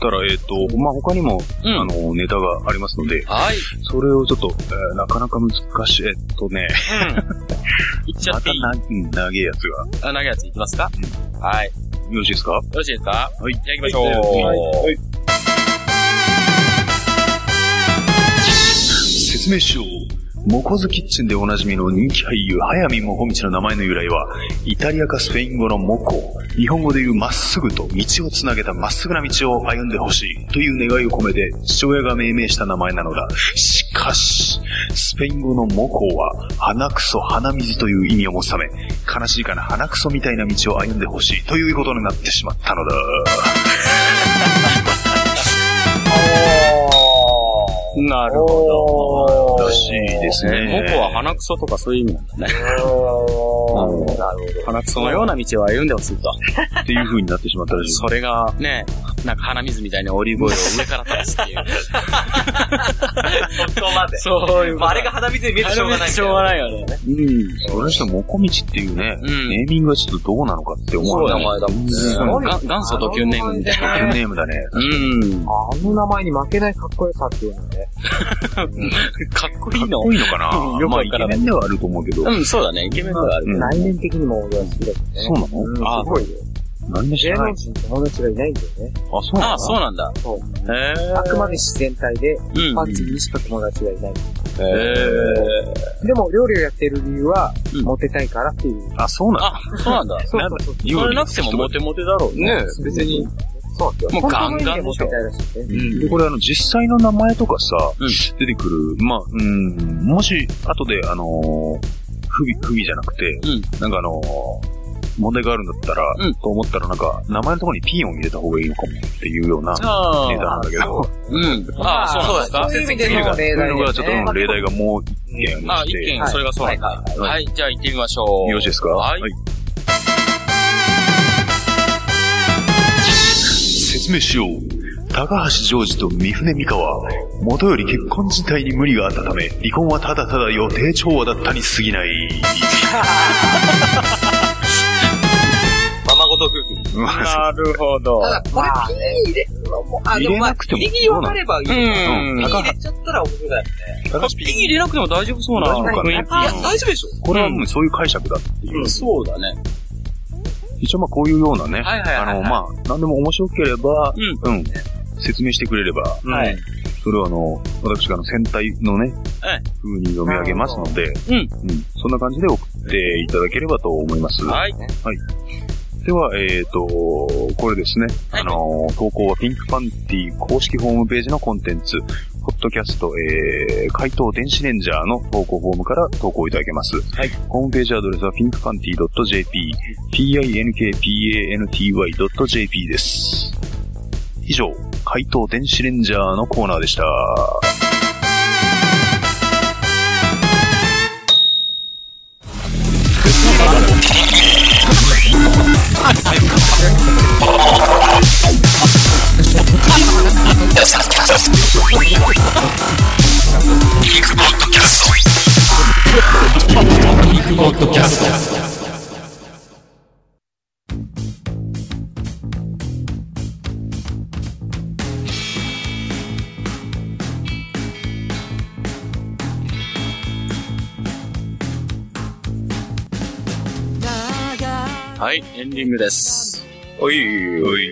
Speaker 4: たら、えっ、と、まあ、他にも、
Speaker 3: うん
Speaker 4: あの、ネタがありますので、
Speaker 3: はい。
Speaker 4: それをちょっと、えーなかなか難しい、えっとね、
Speaker 3: いっちゃ
Speaker 4: ま
Speaker 3: って
Speaker 4: た
Speaker 3: いい
Speaker 4: な、うん長いやつが。
Speaker 3: あ投げやついきますかはい。よ
Speaker 4: よろしいですか
Speaker 3: ろしいですか
Speaker 4: はい。
Speaker 3: じゃあ行きましょう。
Speaker 4: はい説明しよう。モコズキッチンでおなじみの人気俳優、早見もこみちの名前の由来は、イタリアかスペイン語のモコ、日本語で言うまっすぐと道をつなげたまっすぐな道を歩んでほしいという願いを込めて父親が命名した名前なのだ。しかし、スペイン語のモコは鼻くそ、鼻水という意味を持つため、悲しいかな鼻くそみたいな道を歩んでほしいということになってしまったのだ。
Speaker 3: なるほど。
Speaker 4: らしいですね。
Speaker 3: 僕は鼻くそとかそういう意味なんだね。
Speaker 4: なるほど
Speaker 3: 鼻くそのような道を歩んでほしいと。
Speaker 4: っていう風になってしまったらしい。
Speaker 3: それが、ね、なんか鼻水みたいにオリーブオイルを上から垂らすっていう。
Speaker 6: そこまで。
Speaker 3: そういうこと
Speaker 6: まあ、あれが鼻水で見えてしょうがない。
Speaker 3: しょうがないよね。うん。
Speaker 4: それにしても、もこみちっていうね、
Speaker 3: うん
Speaker 4: ネーミングがちょっとどうなのかって思
Speaker 3: そう
Speaker 4: う
Speaker 3: だ
Speaker 4: よね。
Speaker 3: ね。が元祖ドキュンネームみたいな。
Speaker 4: ペンネームだね。
Speaker 3: うん。
Speaker 5: あの名前に負けないかっこよさっていうのね。
Speaker 3: かっこいい
Speaker 4: かっ
Speaker 3: の。
Speaker 4: こいいのかな、
Speaker 3: うんよく
Speaker 4: まあ、
Speaker 3: わ
Speaker 4: イ
Speaker 3: か
Speaker 4: ケ
Speaker 3: らな
Speaker 4: メ
Speaker 3: い
Speaker 4: ンではあると思うけど。
Speaker 3: うん、そうだね。イケメンではある。
Speaker 4: うん
Speaker 5: 内面的にも俺は好きだけどね。
Speaker 4: そうなの、
Speaker 5: うん、す
Speaker 3: あ
Speaker 5: ごいよ。
Speaker 4: 何で知
Speaker 5: 芸
Speaker 4: らな
Speaker 5: 能
Speaker 4: い
Speaker 5: 人友達がいないんだよね。
Speaker 4: あ、そうなの
Speaker 3: ああ、そうなんだ。
Speaker 5: そう。
Speaker 3: へえ。
Speaker 5: あくまで自然体で、
Speaker 3: うん。
Speaker 5: パンチにしか友達がいない。
Speaker 3: へえ。
Speaker 5: でも、料理をやってる理由は、
Speaker 3: うん
Speaker 5: モテたいからっていう。
Speaker 4: あ、そうなの
Speaker 3: あ、そうなんだ。
Speaker 5: そう
Speaker 4: な
Speaker 5: そうそう。
Speaker 3: それなくてもモテモテだろうね。
Speaker 5: 別に、そうだよ。
Speaker 3: もうガンガンで
Speaker 5: モ
Speaker 3: しょ
Speaker 5: テたいらしいね。
Speaker 4: うんでこれあの、実際の名前とかさ、
Speaker 3: うん
Speaker 4: 出てくる、まあ、うん、もし、後で、あのー不備、不備じゃなくて、
Speaker 3: ん
Speaker 4: なんかあのー問題があるんだったら、
Speaker 3: うん
Speaker 4: と思ったらなんか、名前のところにピンを入れた方がいいのかもっていうような
Speaker 3: じゃあ
Speaker 4: ネタ、なんだけど、
Speaker 3: うん。ああ、そうなんですか
Speaker 5: そういう意味での例
Speaker 4: そういう
Speaker 5: 題
Speaker 4: の
Speaker 5: で
Speaker 4: が
Speaker 5: す
Speaker 4: ちょっと、
Speaker 5: ね
Speaker 4: うん。例題がもう一件ありま
Speaker 3: あ、
Speaker 4: し
Speaker 3: 一
Speaker 4: て、
Speaker 3: 件、それがそうなんだ。
Speaker 6: はい
Speaker 4: はい
Speaker 3: はい、じゃあ行ってみましょう。
Speaker 4: よろしいですか
Speaker 3: はい。
Speaker 4: 説明しよう。高橋ジョージと三船美香は、元より結婚自体に無理があったため、離婚はただただ予定調和だったに過ぎない。
Speaker 6: ままごと夫婦に。
Speaker 4: まあ
Speaker 3: るほど
Speaker 5: ただ、これ、
Speaker 6: あ
Speaker 4: 入れなくても
Speaker 6: ギリギリ分かればいい。
Speaker 3: う
Speaker 6: 入
Speaker 3: ん。
Speaker 4: うん
Speaker 3: なん
Speaker 4: 高
Speaker 3: か
Speaker 6: れちゃったら面白いよね。
Speaker 4: 高橋
Speaker 3: ピン入れなくても大丈夫そうな
Speaker 4: 大丈夫かな
Speaker 3: 雰囲
Speaker 4: あ
Speaker 6: いや、大丈夫でしょ
Speaker 4: これはもうそういう解釈だっていう。
Speaker 3: 気。そうだね。
Speaker 4: 一応まあこういうようなね、
Speaker 3: はいはいはいはい
Speaker 4: あの、まあ、なんでも面白ければ、
Speaker 3: う
Speaker 4: うん、説明してくれれば、
Speaker 3: はい
Speaker 4: それはあの、私があの、戦隊のね、
Speaker 3: はい
Speaker 4: 風に読み上げますので、
Speaker 3: うん
Speaker 4: そんな感じで送っていただければと思います。
Speaker 3: はい。
Speaker 4: では、えっ、と、これですね、
Speaker 3: はい
Speaker 4: あの、投稿はピンクパンティ公式ホームページのコンテンツ、ポッドキャスト、えー、回答電子レンジャーの投稿フォームから投稿いただけます。
Speaker 3: はい
Speaker 4: ホームページアドレスは pinkpanty.jp、pinkpanty.jp です。以上、回答電子レンジャーのコーナーでした。
Speaker 3: はい、エンディングです。
Speaker 4: おいおい。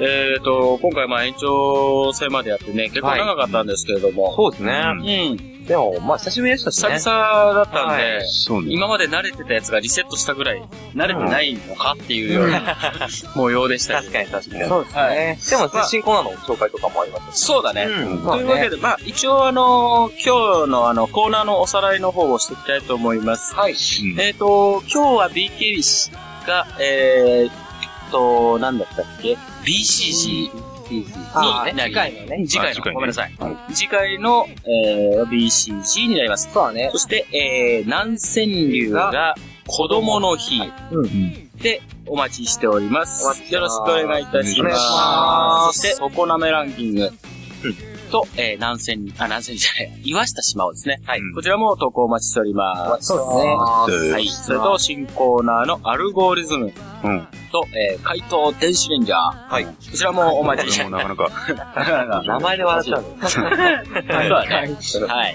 Speaker 3: えっと、今回まあ延長戦までやってね、結構長かったんですけれども、
Speaker 6: そうですね。
Speaker 3: うん、
Speaker 6: でも、まあ、久しぶりでしたし
Speaker 3: 久
Speaker 6: ね。
Speaker 3: 々だったんで、
Speaker 4: そうね。
Speaker 3: 今まで慣れてたやつがリセットしたぐらい、慣れてないのかっていうような 模様でしたけど
Speaker 6: 確かに確かに。
Speaker 5: そうですね。
Speaker 6: でも、新コーナーの紹介とかもありましたし。
Speaker 3: そうだね。
Speaker 6: うん
Speaker 3: というわけで、まあ、一応、あのー今日の、あの、コーナーのおさらいの方をしていきたいと思います。
Speaker 6: はい。
Speaker 4: うん
Speaker 3: えっ、と、今日は BKB が、えー、と、なんだったっけ ?BCG
Speaker 5: あ
Speaker 3: になり
Speaker 5: 次回のね。
Speaker 3: 次回
Speaker 4: あ
Speaker 3: の、
Speaker 4: 次回ね
Speaker 3: ごめんなさい。次回の、えー BCG になります。
Speaker 5: そうだね。
Speaker 3: そして、えー、南川流が子供の日。
Speaker 5: うん
Speaker 3: で、お待ちしております。
Speaker 6: お待ちして
Speaker 3: よ
Speaker 6: ま
Speaker 3: ろ
Speaker 6: す
Speaker 3: しくお願いいたし
Speaker 4: お願
Speaker 3: ま
Speaker 4: いし
Speaker 5: ます
Speaker 3: す。そして、お好みランキング。と、えー、南千あ、南千じゃない、岩下島をですね。はい。
Speaker 4: うん
Speaker 3: こちらも投稿お待ちしております。
Speaker 5: そうですね。
Speaker 4: で
Speaker 3: はい。それと、新コーナーのアルゴリズム
Speaker 4: うん。
Speaker 3: と、えー、怪盗電子レンジャー。はい。こちらもお待ちして
Speaker 4: で
Speaker 3: お
Speaker 4: も
Speaker 3: り
Speaker 4: な
Speaker 3: ま
Speaker 4: かなか、
Speaker 3: す。
Speaker 6: 名前で笑っちゃうの。
Speaker 3: そうだね。は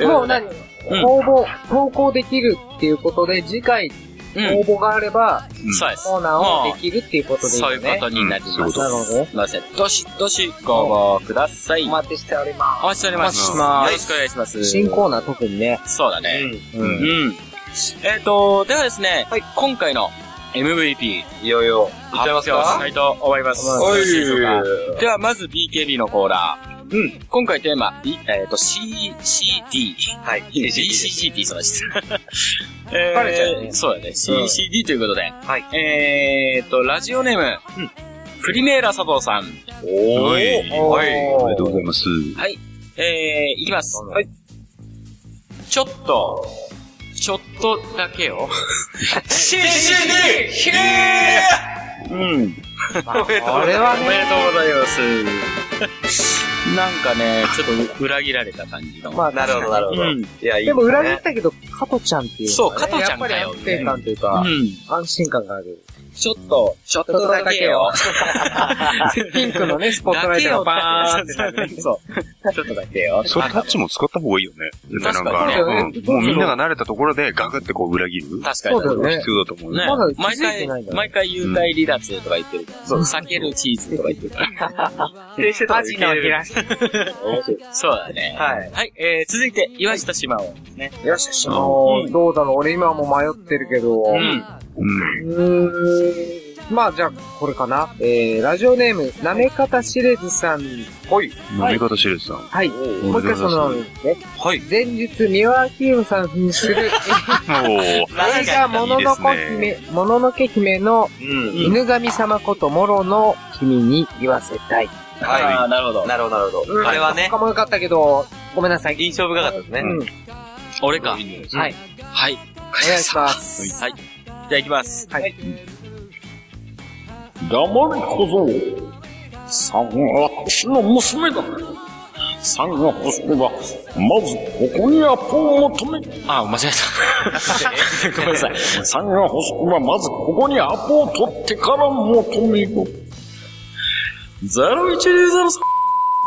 Speaker 3: い。
Speaker 5: もう何
Speaker 3: うん
Speaker 5: 応募、投稿できるっていうことで、次回
Speaker 3: うん
Speaker 5: 応。募があれば、
Speaker 4: うん
Speaker 3: そうです。
Speaker 5: コーナーをできるっていうことでいい
Speaker 3: そうい
Speaker 5: よ
Speaker 3: うこ
Speaker 5: ね。
Speaker 3: とになります。
Speaker 4: うん
Speaker 5: そういうことなるほどね
Speaker 3: すいません。どしどしご応募ください。
Speaker 5: お
Speaker 3: お待
Speaker 5: 待ちしておりま
Speaker 3: ちしております。
Speaker 5: お
Speaker 3: よ
Speaker 5: 待ち。
Speaker 3: ろしくお願いしますす。
Speaker 5: 新コーナー特にね。
Speaker 3: そうだね。
Speaker 5: う。
Speaker 3: うんん。えっ、と、ではですね、今回の MVP、
Speaker 6: いよいよ、いっち
Speaker 3: 発
Speaker 6: ゃい
Speaker 3: 表
Speaker 6: ます
Speaker 3: した
Speaker 6: か
Speaker 3: いと思います。よ
Speaker 6: おい
Speaker 3: ろしいでしょうかでは、まず BKB のコーナー。うん。今回テーマ、B えっ、と、C、CD。
Speaker 6: はい。
Speaker 3: BCGT、そうです。 えー
Speaker 5: バレちゃうね
Speaker 3: そうだね。CCD ということで。
Speaker 6: はい
Speaker 3: えっと、ラジオネーム、プリメーラ佐藤さん。
Speaker 4: おい。
Speaker 5: お
Speaker 6: はい
Speaker 4: ありがとうございます。
Speaker 3: はい。えー、いきます。
Speaker 6: はい。
Speaker 3: ちょっと、ちょっとだけよ。うん。
Speaker 5: これは
Speaker 3: おめ
Speaker 5: ね、
Speaker 3: でとうございます。なんかね、ちょっと裏切られた感じの。
Speaker 5: まあ、
Speaker 6: なるほど、なるほど。
Speaker 3: うん。
Speaker 6: いや、いい。
Speaker 5: でも裏切ったけど、加トちゃんっていう、
Speaker 3: そう加トちゃん
Speaker 5: か
Speaker 3: だ
Speaker 5: やっ
Speaker 3: よ
Speaker 5: ぱり安定感というか、
Speaker 3: うん。
Speaker 5: 安心感がある。
Speaker 3: ちょっと、ちょっとだけよ。
Speaker 5: ピンクのね、スポットライトがバーンってなる。
Speaker 3: って。そう。ちょっとだけよ。
Speaker 4: それタッチも使った方がいいよね。絶対なんかあ
Speaker 5: 確か
Speaker 4: の、
Speaker 5: に
Speaker 4: うんもうみんなが慣れたところでガクってこう裏切る。
Speaker 3: 確かに
Speaker 5: そう。だよね。
Speaker 4: 必要だと思う
Speaker 3: ね
Speaker 4: ね。
Speaker 5: まだ気
Speaker 3: 毎
Speaker 5: づいて
Speaker 3: 回
Speaker 5: ないんだ、ね
Speaker 3: 毎回幽体離脱とか言ってる。そう。避けるチーズとか言ってる。
Speaker 6: 定して
Speaker 5: アジの開
Speaker 6: ら
Speaker 5: き
Speaker 3: そうだね。
Speaker 6: はい。
Speaker 3: はい、えー、続いて、岩下島を。
Speaker 5: よし、しもう、どうだろう。俺今も迷ってるけど。う
Speaker 3: うん。
Speaker 4: うん。
Speaker 5: ーん。まあ、じゃあ、これかな。えー、ラジオネーム、なめかたしれずさん。はい。
Speaker 4: 飲み方シレスさん。
Speaker 5: はい。もう一回その名前ですね。
Speaker 6: はい。
Speaker 5: 前日、三輪明宏さん扮す る
Speaker 4: おー
Speaker 5: 映画、もののこ姫、もののけ姫の
Speaker 6: うん。
Speaker 5: 犬神様こともろの君に言わせたい。
Speaker 3: あ
Speaker 6: は
Speaker 3: ー、なるほ
Speaker 6: い。
Speaker 3: ど。
Speaker 6: なるほど、なるほど。あれはね
Speaker 5: 他、も良かったけど、ごめんなさい。
Speaker 6: 印象深かったですね。
Speaker 5: うん。お
Speaker 3: 俺か。
Speaker 5: はい。
Speaker 3: はい。お
Speaker 5: 願いし
Speaker 3: ま
Speaker 5: ます。
Speaker 3: す。はい。じゃあ行きます。
Speaker 5: はい。
Speaker 7: 黙れ小僧。三は私の娘だ。三が欲しければ、まずここにアポを求め。
Speaker 3: あー、間違え た。ごめんなさい。
Speaker 7: 三が欲しければ、まずここにアポを取ってから求めよ。
Speaker 3: 0103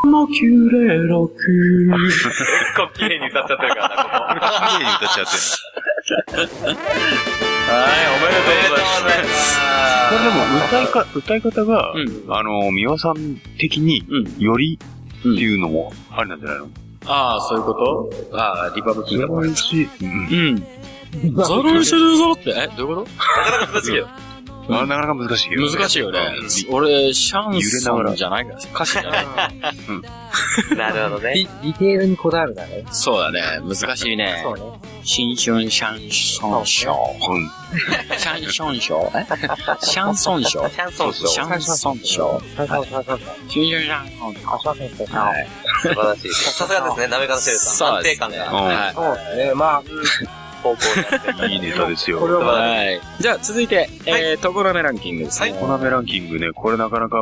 Speaker 3: の906。
Speaker 6: 結構綺麗に歌っちゃってるからな、こ
Speaker 4: 綺麗に歌っちゃって
Speaker 6: おめでとうございます。
Speaker 4: これでも歌いか、歌い方が、
Speaker 3: うん
Speaker 4: あの、美輪さん的に、
Speaker 3: うん。
Speaker 4: よりっていうのもありなんじゃないの、
Speaker 3: ああ、そういうことああ、リバブキ
Speaker 4: そ
Speaker 3: ー
Speaker 4: れ
Speaker 3: だ
Speaker 4: は嬉しい。うん
Speaker 3: うん。ゾロリシェルゾロって、えどういうこ
Speaker 4: まあ、なかなか難しいよ、
Speaker 3: と難しいよね
Speaker 4: うん。
Speaker 3: 俺、シャンソンじゃないから、歌詞じゃない。
Speaker 6: なるほどね。
Speaker 5: ディディテールにこだわるだね。
Speaker 3: そうだね、難しいね。
Speaker 5: そうね。
Speaker 3: 新春シャンソンショー。
Speaker 4: うん。
Speaker 3: シャンソンショーえシャンソンショー
Speaker 6: シャンソンショ
Speaker 3: シ
Speaker 6: ー。
Speaker 3: ャンソンショー。
Speaker 5: そうそうそうそう。
Speaker 3: 新春シャンソンショー。
Speaker 5: あ、そうそうそうそう。
Speaker 3: はい
Speaker 6: 素晴らしい。さすがですね、なめかたシェルさん。安定感が
Speaker 3: は
Speaker 5: そうですね。まあ、
Speaker 6: 方向になってる。
Speaker 4: いいネタですよ。
Speaker 5: これ
Speaker 3: い。
Speaker 5: は
Speaker 3: はい。じゃあ、続いて、えー、ところめランキングですね。
Speaker 4: コナメランキングね、これなかなか、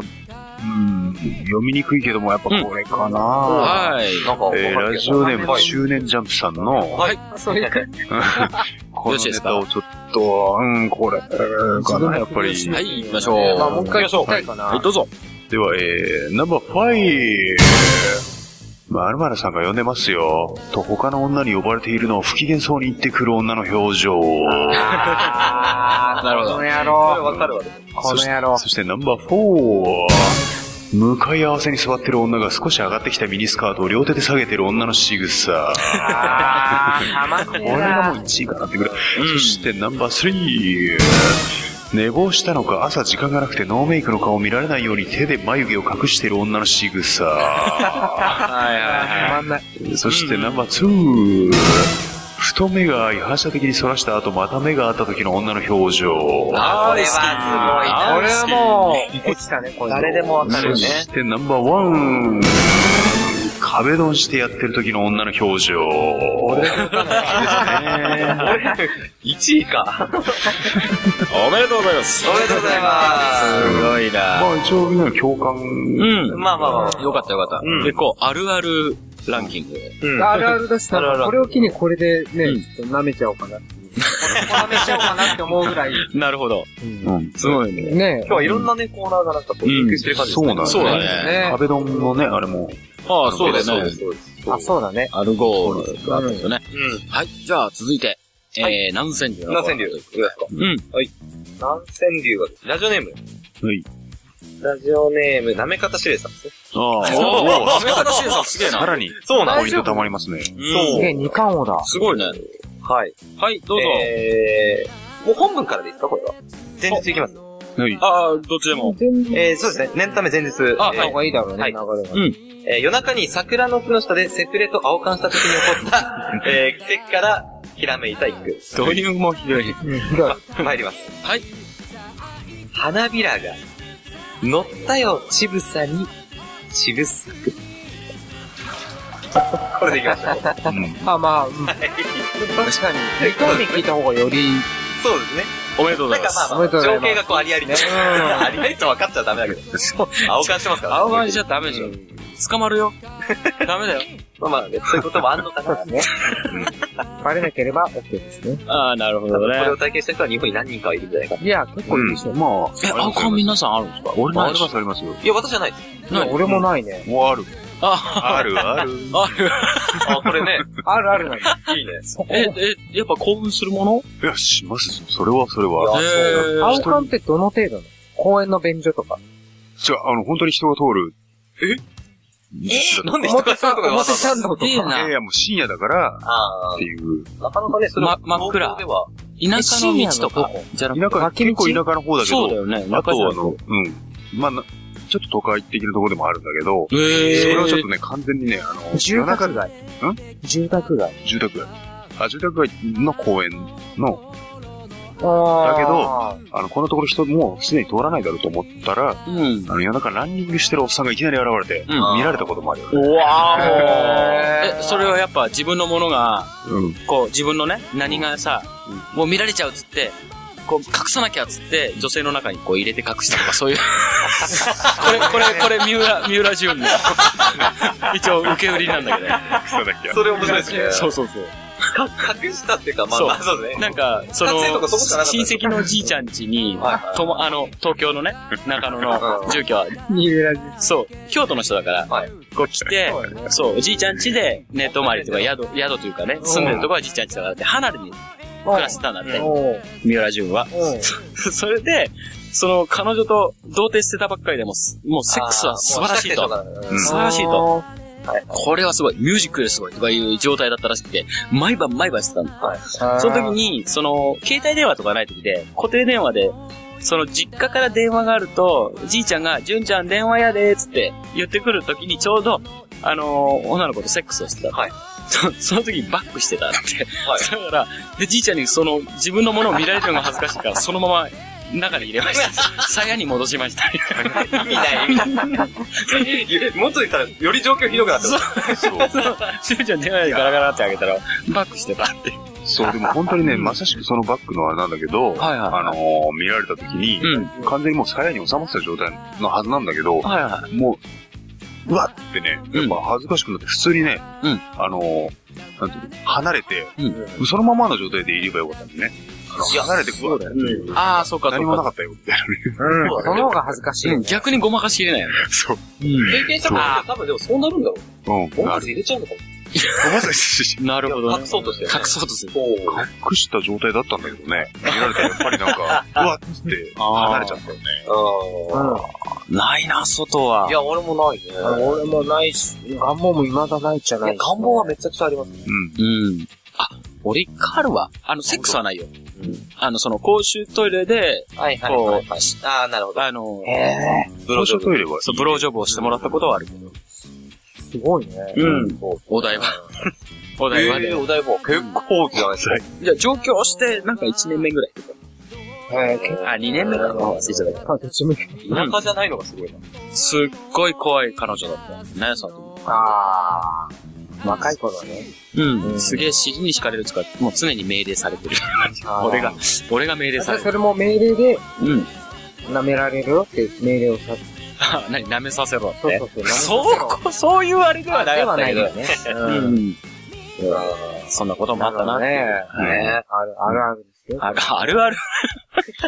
Speaker 4: うん、読みにくいけども、やっぱこれかな、
Speaker 3: はい。
Speaker 6: なんかわかる
Speaker 4: えー
Speaker 6: けど、
Speaker 4: ラジオネーム、
Speaker 6: はい
Speaker 4: 周年ジャンプさんの、
Speaker 6: はい。
Speaker 5: そういう感
Speaker 4: こ
Speaker 3: よ
Speaker 4: の
Speaker 3: ろしいで
Speaker 4: ネ
Speaker 3: すか
Speaker 4: タをちょっと、うん、これ、かな、やっぱり。
Speaker 3: はい、行きましょう。
Speaker 5: まあ、もう一回
Speaker 3: 行きましょう。
Speaker 5: 行きたいかな。
Speaker 3: はい、どうぞ。
Speaker 4: では、えー、ナンバー5。まるまるさんが呼んでますよ。と、他の女に呼ばれているのを不機嫌そうに言ってくる女の表情。
Speaker 5: あー
Speaker 3: なるほど
Speaker 5: この野
Speaker 6: これ
Speaker 5: 郎。
Speaker 6: わかるわ。
Speaker 5: この野郎。
Speaker 4: そしてナンバー4。向かい合わせに座ってる女が少し上がってきたミニスカートを両手で下げてる女の仕草。
Speaker 5: あー、たまん
Speaker 4: こ
Speaker 5: ねえ
Speaker 4: れが
Speaker 5: な
Speaker 4: もう1位かなってぐらい。
Speaker 3: うん
Speaker 4: そしてナンバー3。寝坊したのか朝時間がなくてノーメイクの顔を見られないように手で眉毛を隠してる女の仕草。
Speaker 3: はい
Speaker 5: たまんない。
Speaker 4: そしてナンバー2。ふと目が合い、反射的に反らした後、また目が合った時の女の表情。
Speaker 6: あー、これ
Speaker 5: こ
Speaker 6: は
Speaker 5: れはもう、落ちたね、これ。
Speaker 6: 誰でもわかる
Speaker 4: そ
Speaker 6: よね。
Speaker 4: してナンバーワン。壁ドンしてやってる時の女の表情。
Speaker 6: 1位か。
Speaker 3: おめでとうございます。
Speaker 6: おめでとうございます
Speaker 3: ごいな。
Speaker 4: まあ一応みんな共感。
Speaker 3: うん
Speaker 6: す。。まあまあまあ。
Speaker 3: よかったよかった。
Speaker 6: うん
Speaker 3: 結構、あるあるランキング。
Speaker 5: うんあるあるだし、なん
Speaker 6: あるあ
Speaker 5: か
Speaker 6: る
Speaker 5: これを機にこれで
Speaker 3: う
Speaker 5: ね
Speaker 3: ん、
Speaker 5: ちょっと舐めちゃおうかなっていう。舐めちゃおうかなって思うぐらい。
Speaker 3: なるほど。
Speaker 4: うん。
Speaker 3: すごいね。
Speaker 5: ね
Speaker 6: 今日はいろんなね、コーナーがなんかこう、リンクしてる感じですね。
Speaker 4: うん
Speaker 3: そうだ
Speaker 5: え。
Speaker 3: ね。
Speaker 5: ね
Speaker 4: 壁ドンのね、あれも。
Speaker 3: ああ、そうだ
Speaker 6: そう
Speaker 3: よ
Speaker 6: で
Speaker 3: ね
Speaker 6: す、。そうです。
Speaker 5: あ、そうだね。
Speaker 3: アルゴールがあったんですよね。
Speaker 6: う
Speaker 3: はい。じゃあ、続いて、えー、南千流
Speaker 6: ん。
Speaker 3: の方。
Speaker 6: 南千流。どうですか
Speaker 3: うん。
Speaker 6: 南千流は、ラジオネーム。
Speaker 4: はい。
Speaker 6: ラジオネーム、なめかたしれいさんですね。
Speaker 4: ああ。
Speaker 3: おお、それ正しいさ、すげえ
Speaker 4: さ
Speaker 3: な。
Speaker 4: らに、
Speaker 6: そう
Speaker 4: ポイント溜まりますね。
Speaker 3: そ
Speaker 5: すげえ、二冠王だ。
Speaker 3: すごいね。
Speaker 6: はい。
Speaker 3: はい、どうぞ。
Speaker 6: えー、もう本文からでいいですかこれは。前日いきます。
Speaker 4: はい。
Speaker 3: ああ、どっちでも。
Speaker 5: 全然、
Speaker 6: えー、そうですね。念のため前日。
Speaker 3: あ
Speaker 6: え
Speaker 5: の
Speaker 6: ー
Speaker 5: 方がいいだろうね、
Speaker 6: はい
Speaker 5: 流れが。
Speaker 6: えー夜中に桜の木の下でセフレと青缶した時に起 こった、えー、奇跡から、ひらめいた一句。
Speaker 3: どういうもひどい。
Speaker 5: うん、ひどい。
Speaker 6: 参ります。
Speaker 3: はい。
Speaker 6: 花びらが、乗ったよ、ちぶさに、ちぶすく。これでいきまし ょう。
Speaker 5: あ、まあ、うん。確かに、二回目聞いた方がより、
Speaker 6: そうですね。
Speaker 3: おめでとうご
Speaker 6: な
Speaker 3: ざ
Speaker 6: ん
Speaker 3: い
Speaker 6: か
Speaker 3: ます。
Speaker 6: まあまあ、情景がこうありありと。ありありと分かっちゃダメだけど。青缶してますから。
Speaker 3: 青顔じゃダメじゃん。捕まるよ。ダメだよ。
Speaker 6: まあまあね、そういうこともあんのかな。
Speaker 5: バレなければ OK ですね。
Speaker 3: ああ、なるほど
Speaker 6: これ
Speaker 3: ね。
Speaker 6: を体験した人は日本に何人かはいるんじゃないかな。
Speaker 5: いや、結構いいでしょ。
Speaker 4: ま
Speaker 3: え、
Speaker 4: あ、
Speaker 3: アカン皆さんあるんですか俺
Speaker 4: あ
Speaker 3: ない
Speaker 4: り
Speaker 3: し
Speaker 4: ますありますよ。
Speaker 6: いや、私じゃないです。
Speaker 5: いや俺もないね。
Speaker 4: もうある。
Speaker 3: あ、
Speaker 4: あるある。
Speaker 3: ある。
Speaker 6: あ、これね、
Speaker 5: あるあるなんだ。
Speaker 6: いいね。
Speaker 5: そこ。
Speaker 3: え、え、やっぱ興奮するもの
Speaker 4: いや、しますよ。それはそれは。
Speaker 3: え
Speaker 5: 青缶ってどの程度なの公園の便所とか。
Speaker 4: じゃあ、あの、本当に人が通る。え
Speaker 6: なんで人がそういうとこでわ
Speaker 5: 表
Speaker 6: ざわざ
Speaker 5: 参道と
Speaker 3: いい
Speaker 5: か。
Speaker 4: いやい
Speaker 3: な。
Speaker 4: や、もう深夜だから、
Speaker 6: あ
Speaker 4: っていう。
Speaker 6: あ、なかなかね、それ
Speaker 3: ま
Speaker 6: は、
Speaker 3: 真っ暗
Speaker 6: 東京では、
Speaker 3: 田舎の道とかじゃなくて。
Speaker 4: 田舎、
Speaker 5: 脇道
Speaker 4: 結構田舎の方だけ
Speaker 3: そうだ
Speaker 4: ど、
Speaker 3: よね。
Speaker 4: あ
Speaker 3: 中じゃ
Speaker 4: と
Speaker 3: な
Speaker 4: あ
Speaker 3: くて
Speaker 4: の、うん。まあ、なちょっと都会的なところでもあるんだけど、
Speaker 3: え
Speaker 4: それはちょっ
Speaker 3: と
Speaker 4: とね、完全にね、あの、
Speaker 5: 住宅街。
Speaker 4: ん
Speaker 5: 住宅街。
Speaker 4: 住宅街。あ、住宅街の公園の、
Speaker 5: あー
Speaker 4: あの、このところ人もうすでに通らないだろうと思ったら、。
Speaker 3: うん。
Speaker 4: あの、夜中ランニングしてるおっさんがいきなり現れて、
Speaker 3: うん
Speaker 4: 見られたこともあるよね。
Speaker 3: うわーもう
Speaker 5: へー
Speaker 3: え、それはやっぱ自分のものが、
Speaker 4: うん。
Speaker 3: こう、自分のね、何がさ、もう見られちゃうっつって、こう、隠さなきゃっつって、女性の中にこう入れて隠したとか、そう いう。これ、これ、これ、三浦、三浦淳の、一応、受け売りなんだけどね。
Speaker 4: そうだっけ
Speaker 6: それ面白いですね。
Speaker 3: うそうそう。
Speaker 6: 隠したっていうか、まあ
Speaker 3: そう
Speaker 6: まあ、そうですね。
Speaker 3: なんか、その、
Speaker 6: 撮影とかそこじゃなかった
Speaker 3: 親戚のじいちゃん家に
Speaker 6: はいは、い
Speaker 3: とも、あの、東京のね、中野の住居は、
Speaker 5: ニーレラジ
Speaker 3: そう、京都の人だから、
Speaker 6: はい
Speaker 3: こう来て、そう、おじいちゃん家で、寝泊まりとか宿、宿というかね、住んでるとこはじいちゃん家だからって、離れに暮らしてたんだって、
Speaker 5: おう
Speaker 3: 三浦淳は。
Speaker 5: おう
Speaker 3: それで、その彼女と童貞してたばっかりでもす、もうセックスは素晴らしいと。
Speaker 6: あー。もうしたくてしょうがない
Speaker 4: うん
Speaker 3: 素晴らしいと。これはすごい。ミュージックですごい。とかいう状態だったらしくて、毎晩毎晩してたの。その時に、その、携帯電話とかない時で、固定電話で、その実家から電話があると、じいちゃんが、じゅんちゃん電話やでーっつって言ってくる時にちょうど、あのー女の子とセックスをしてた。
Speaker 6: はい
Speaker 3: そその時にバックしてたって。
Speaker 6: はい
Speaker 3: だから、で、じいちゃんにその、自分のものを見られるのが恥ずかしいから、そのまま中に入れま した。鞘に戻しました。
Speaker 6: 意味ない、意味ない。元言ったら、より状況ひどくなってます。
Speaker 3: じゅんちゃん電話やでガラガラってあげたら、バックしてたって。
Speaker 4: そう、でも本当にね、まさしくそのバッグのあれなんだけど、
Speaker 3: はいはい
Speaker 4: あのー見られた時に、
Speaker 3: うん。
Speaker 4: 完全にもう鞘に収まってた状態のはずなんだけど、
Speaker 3: はいは
Speaker 4: もう、うわっってね、やっぱ恥ずかしくなって、普通にね、
Speaker 3: うん
Speaker 4: あのーなんていうの、離れて、
Speaker 3: う
Speaker 4: そのままの状態でいればよかったんだね。あの
Speaker 6: いや
Speaker 4: 離れて、うわっていう
Speaker 3: い。ああ、そうか、そ
Speaker 4: 何
Speaker 3: う
Speaker 4: もな
Speaker 3: か。
Speaker 4: かったよ、みたいなね。
Speaker 5: うん。その方が恥ずかしい。
Speaker 3: うん逆にごまかしきれないよね。
Speaker 4: そう。
Speaker 6: 経験したから、多分でもそうなるんだろう。
Speaker 4: うん。
Speaker 6: ボン
Speaker 4: な
Speaker 6: バ
Speaker 4: る
Speaker 6: ス入れちゃうのか
Speaker 4: まさし
Speaker 3: なるほど、
Speaker 6: も。
Speaker 3: ね。
Speaker 6: 隠そうとして。
Speaker 3: 隠そうとする。
Speaker 6: そう。
Speaker 4: 隠した状態だったんだけどね。見られたらやっぱりな んか、うわっつって、離れちゃったよね。
Speaker 6: あ
Speaker 3: ないな、外は
Speaker 6: ーい。や、俺もないね。
Speaker 5: うん俺もないし、願望も未だないんじゃ
Speaker 6: い
Speaker 5: な
Speaker 6: や
Speaker 5: い
Speaker 6: 願望はめちゃくちゃあります。
Speaker 4: うん。
Speaker 3: うん。あ、俺、カールは、あの、セックスはないよ。あの、その、公衆トイレで、
Speaker 6: はい
Speaker 3: はいはい
Speaker 6: い。ああ、なるほど。
Speaker 3: あの、
Speaker 4: ブロージョブトイレは
Speaker 3: そう、ブロージョブをしてもらったことはあるけど。
Speaker 5: すごいね。
Speaker 3: うん。お台場。 お台場
Speaker 6: え
Speaker 3: で
Speaker 6: え、。お台場。結構じゃないですか。
Speaker 3: じゃあ、上京して、なんか1年目ぐらい。
Speaker 5: えー、結
Speaker 3: あ、2年目かな。忘れちゃった。
Speaker 5: 構、どっちもいい。
Speaker 3: うん
Speaker 6: 田舎じゃないのがすごいな。
Speaker 3: すっごい怖い彼女だった。何やその
Speaker 5: あー。若い頃ね。
Speaker 3: 時うん。すげえ尻に敷かれるつか、もう常に命令されてる。
Speaker 5: あー
Speaker 3: 俺が。、俺が命令さ
Speaker 5: それ
Speaker 3: れてる。
Speaker 5: それも命令で、
Speaker 3: うん。
Speaker 5: 舐められるよって命令をさ、
Speaker 3: あ 何、舐めさせろっ
Speaker 5: そう
Speaker 3: て
Speaker 5: そ。うそう。
Speaker 3: そうこ、そういうあれではな
Speaker 5: で
Speaker 3: か
Speaker 5: は
Speaker 3: った
Speaker 5: な
Speaker 3: け
Speaker 5: い
Speaker 3: ど
Speaker 5: よ。ね。
Speaker 3: う
Speaker 5: うん。
Speaker 3: ん。そんなこともあったな。
Speaker 5: ね。
Speaker 3: ね
Speaker 5: ねある、あるあるですよ。
Speaker 3: あるあるある。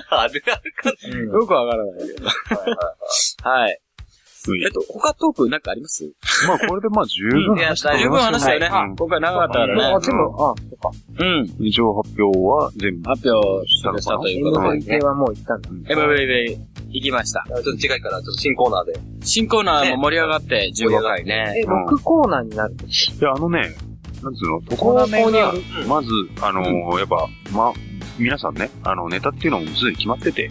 Speaker 6: あるあるか。
Speaker 5: うん。
Speaker 3: よくわからないけど。はい。
Speaker 4: うん
Speaker 3: えっと、他トークなんかあります
Speaker 4: まあこれでまあ十分
Speaker 6: いや、
Speaker 4: 話した
Speaker 6: 大
Speaker 3: 十
Speaker 6: 丈夫。
Speaker 3: 分話したよね
Speaker 4: はい。
Speaker 3: 今回長かったから
Speaker 5: あ、
Speaker 3: ね。
Speaker 5: でも、あ、そっか。
Speaker 3: うん。
Speaker 4: 一応発表は全部。
Speaker 3: 発表したということ
Speaker 5: m
Speaker 3: で
Speaker 5: v。p はもう行ったんだ。
Speaker 3: MVV 行きました。
Speaker 6: ちょっと近いから、ちょっと新コーナーで。
Speaker 3: 新コーナーも盛り上がって15回ね。
Speaker 5: え、6コーナーになる。
Speaker 4: いや、あのね、なんつうの、ところめが、まず、あのーやっぱ、ま、皆さんね、あの、ネタっていうのもすでに決まってて、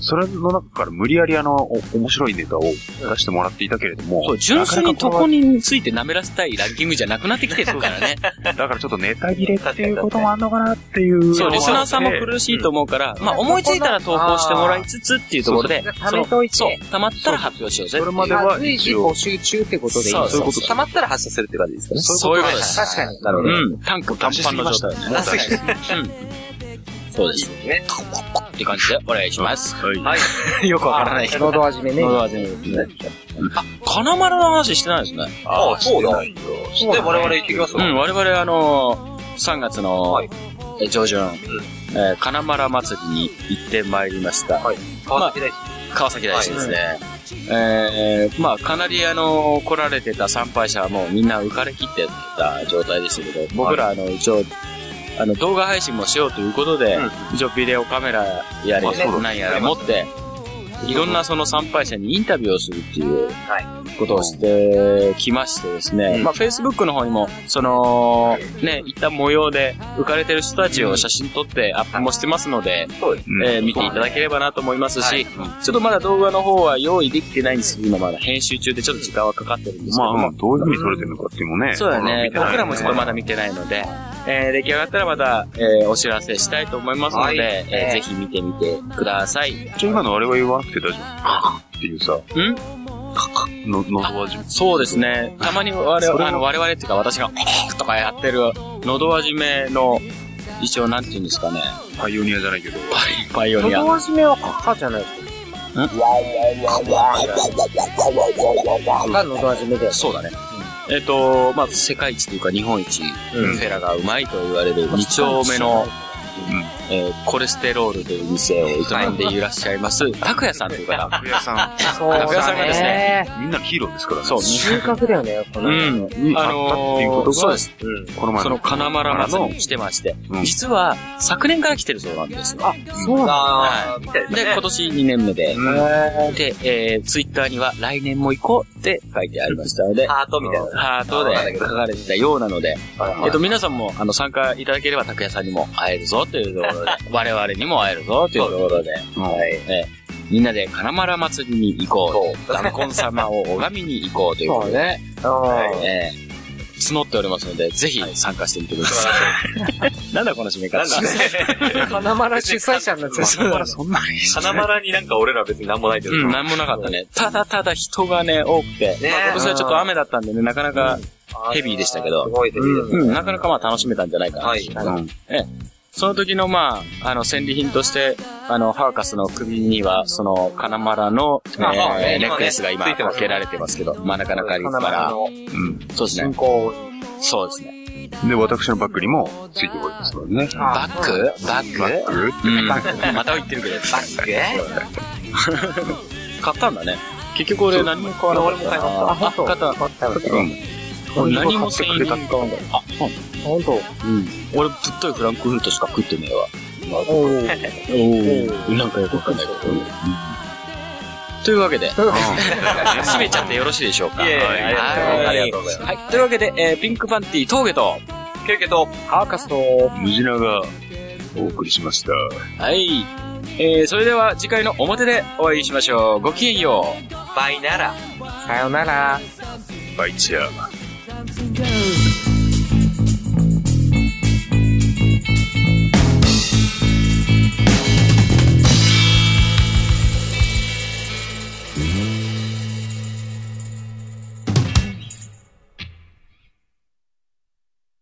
Speaker 4: それの中から無理やりあの、お面白いネタを出してもらっていたけれども、
Speaker 3: そう、純粋にとこについて舐めらせたいランキングじゃなくなってきてるからね。
Speaker 4: だからちょっとネタ切れっていうこともあんのかなっていう。
Speaker 3: そう、リスナーさんも苦しいと思うから、まあ思いついたら投稿してもらいつつっていうところで、
Speaker 5: 貯めといて。
Speaker 3: そう、溜まったら発表しようぜ。
Speaker 4: それまで
Speaker 5: まあ
Speaker 4: は
Speaker 5: 随時
Speaker 4: 一応
Speaker 5: 募、集中ってことでいい
Speaker 3: そうそう
Speaker 5: です
Speaker 3: そう
Speaker 6: 溜まったら発射するって感じですかね。
Speaker 3: そういうことです。
Speaker 5: 確かに。
Speaker 6: なるほど。
Speaker 3: うん、タンクパンパンの状態。
Speaker 4: もう大丈
Speaker 3: そうです。ね。って感じでお願いします。
Speaker 4: 夫。はい。
Speaker 3: よくわからないけど。
Speaker 5: 喉味めね。
Speaker 3: 喉味めあ、金丸の話してないですね。
Speaker 6: ああ、そうだ。で、
Speaker 5: うだね
Speaker 6: 我々行ってきます
Speaker 3: う
Speaker 6: よ。
Speaker 3: ん、我々あのー、3月の、
Speaker 6: はい
Speaker 3: え上旬、えー金丸祭りに行ってまいりました。
Speaker 6: 川崎大師。
Speaker 3: 川崎大師ですね。えーまあ、かなりあのー、来られてた参拝者はもうみんな浮かれきってた状態でしたけど、僕らあの、一応、あの、動画配信もしようということで、一応ビデオカメラやり、
Speaker 6: まあそうだ
Speaker 3: なんやら持って、いろんなその参拝者にインタビューをするっていうことをしてきましてですね、まあ Facebook の方にも、その、ね、行った模様で浮かれてる人たちを写真撮ってアップもしてますので、
Speaker 4: うん
Speaker 3: えー見ていただければなと思いますし、ちょっとまだ動画の方は用意できてないんですけど、今まだ編集中でちょっと時間はかかってるんですけ
Speaker 4: ま
Speaker 3: ども、
Speaker 4: あ、うんどういう風に撮れてるのかっていうのもね。
Speaker 3: そうだね、
Speaker 4: あの
Speaker 3: 僕らもちょっとまだ見てないので、えー出来上がったらまた、えーお知らせしたいと思いますので、
Speaker 6: は
Speaker 3: えーぜひ見てみてください。
Speaker 4: じゃあ今のあれは言わなくて大丈夫。カッっていうさ、
Speaker 3: ん
Speaker 4: の、喉味。
Speaker 3: そうですね。たまに我
Speaker 4: それ
Speaker 3: 々、
Speaker 4: は
Speaker 3: あの、我々っていうか私が、 とかやってる、喉味めの、一応なんて言うんですかね、
Speaker 4: パイオニアじゃないけど。
Speaker 3: パイオニア。
Speaker 5: 喉味めはカカじゃない
Speaker 3: ん
Speaker 5: が喉味めだよ。
Speaker 3: そうだね。えっ、と、まあ、世界一というか日本一、フェラがうまいと言われる2丁目の、えーコレステロールという店を営んでいらっしゃいます、拓也さんという方。
Speaker 4: 拓也さ
Speaker 5: そう
Speaker 3: 拓也さんがです
Speaker 5: ね。
Speaker 4: ん、みんなのヒーローですからね。
Speaker 3: そう、
Speaker 5: 収穫だよね、この。
Speaker 3: うん。あ
Speaker 4: あったっていうこ
Speaker 3: の
Speaker 4: と
Speaker 3: ー、
Speaker 4: が
Speaker 3: そうです。
Speaker 4: この前
Speaker 3: その、金丸祭り
Speaker 4: の
Speaker 3: に来てまして、
Speaker 4: うん
Speaker 3: 実は、昨年から来てるそうなんですよ。
Speaker 5: あ、そうなんだ。
Speaker 6: あー、みたいです
Speaker 3: で、
Speaker 6: ね
Speaker 3: 今。年2年目で、
Speaker 5: へ
Speaker 3: で、えー、ツイッターには来年も行こうって書いてありましたので、
Speaker 6: ハートみたいな。
Speaker 3: ハートで書かれてたようなので、えっと、皆さんも、あの、参加いただければ、拓也さんにも会えるぞというとこ ろで、我々にも会えるぞというところで、はい。えーみんなで金丸祭りに行こう。ダンコン様を拝みに行こうということで、ね、
Speaker 5: ー
Speaker 3: えー募っておりますので、ぜひ参加してみてください。 なんだこの締め方。
Speaker 5: 花丸主催者になっちゃった。
Speaker 4: そんなに
Speaker 6: 花丸になんか俺ら別になんもないけど。
Speaker 3: うん、なんもなかったね。ただただ人がね、多くて。
Speaker 6: ね
Speaker 3: まあ今年はちょっと雨だったんでね、なかなかヘビーでしたけ
Speaker 6: す
Speaker 3: ど、
Speaker 6: ごいですね。
Speaker 3: うん、なかなかまあ楽しめたんじゃないかな。
Speaker 6: はい。
Speaker 3: その時のまあ、あの、戦利品として、あの、ハーカスの首には、その、金丸の、え
Speaker 5: あ
Speaker 3: ー
Speaker 5: あ
Speaker 6: ね
Speaker 3: ネックレスが今、
Speaker 6: ついてます
Speaker 3: かけられてますけど、真ん中中に
Speaker 5: 花
Speaker 3: か
Speaker 5: 丸
Speaker 3: ら、
Speaker 5: の
Speaker 3: そうです
Speaker 5: 進
Speaker 3: ね。
Speaker 5: 行。
Speaker 3: そうですね。
Speaker 4: で、私のバッグにもついておりますからね。
Speaker 5: あ
Speaker 3: バッグバッ
Speaker 4: バ
Speaker 3: グ
Speaker 4: ッグ
Speaker 3: うん。また言ってるけど。バッグ買ったんだね。結局俺何も買わなかった。俺
Speaker 5: あ、
Speaker 3: も
Speaker 5: 本当。
Speaker 3: 買った。
Speaker 5: 買ったよね。
Speaker 4: うん。
Speaker 3: 何もせん
Speaker 4: 買ってくれた
Speaker 3: 買うんだよ。あ、そう
Speaker 5: 本当。
Speaker 3: うん。俺、ぶっといフランクフルトしか食ってねえわ。
Speaker 5: お ー
Speaker 3: おお。なんかよくわかんないけど。というわけで、締めちゃってよろしいでしょうか。
Speaker 6: いえいえ
Speaker 3: はい
Speaker 6: ありがとうございますありがとうござい
Speaker 3: はい。というわけで、えーピンクパンティー峠と、
Speaker 6: ケウケと、
Speaker 5: ハーカスと、
Speaker 4: ムジナがお送りしました。
Speaker 3: はい。えー、それでは次回の表でお会いしましょう。ごきげんよう。
Speaker 6: バイなら。
Speaker 5: さよなら。
Speaker 4: バイチャー。
Speaker 2: Let's go.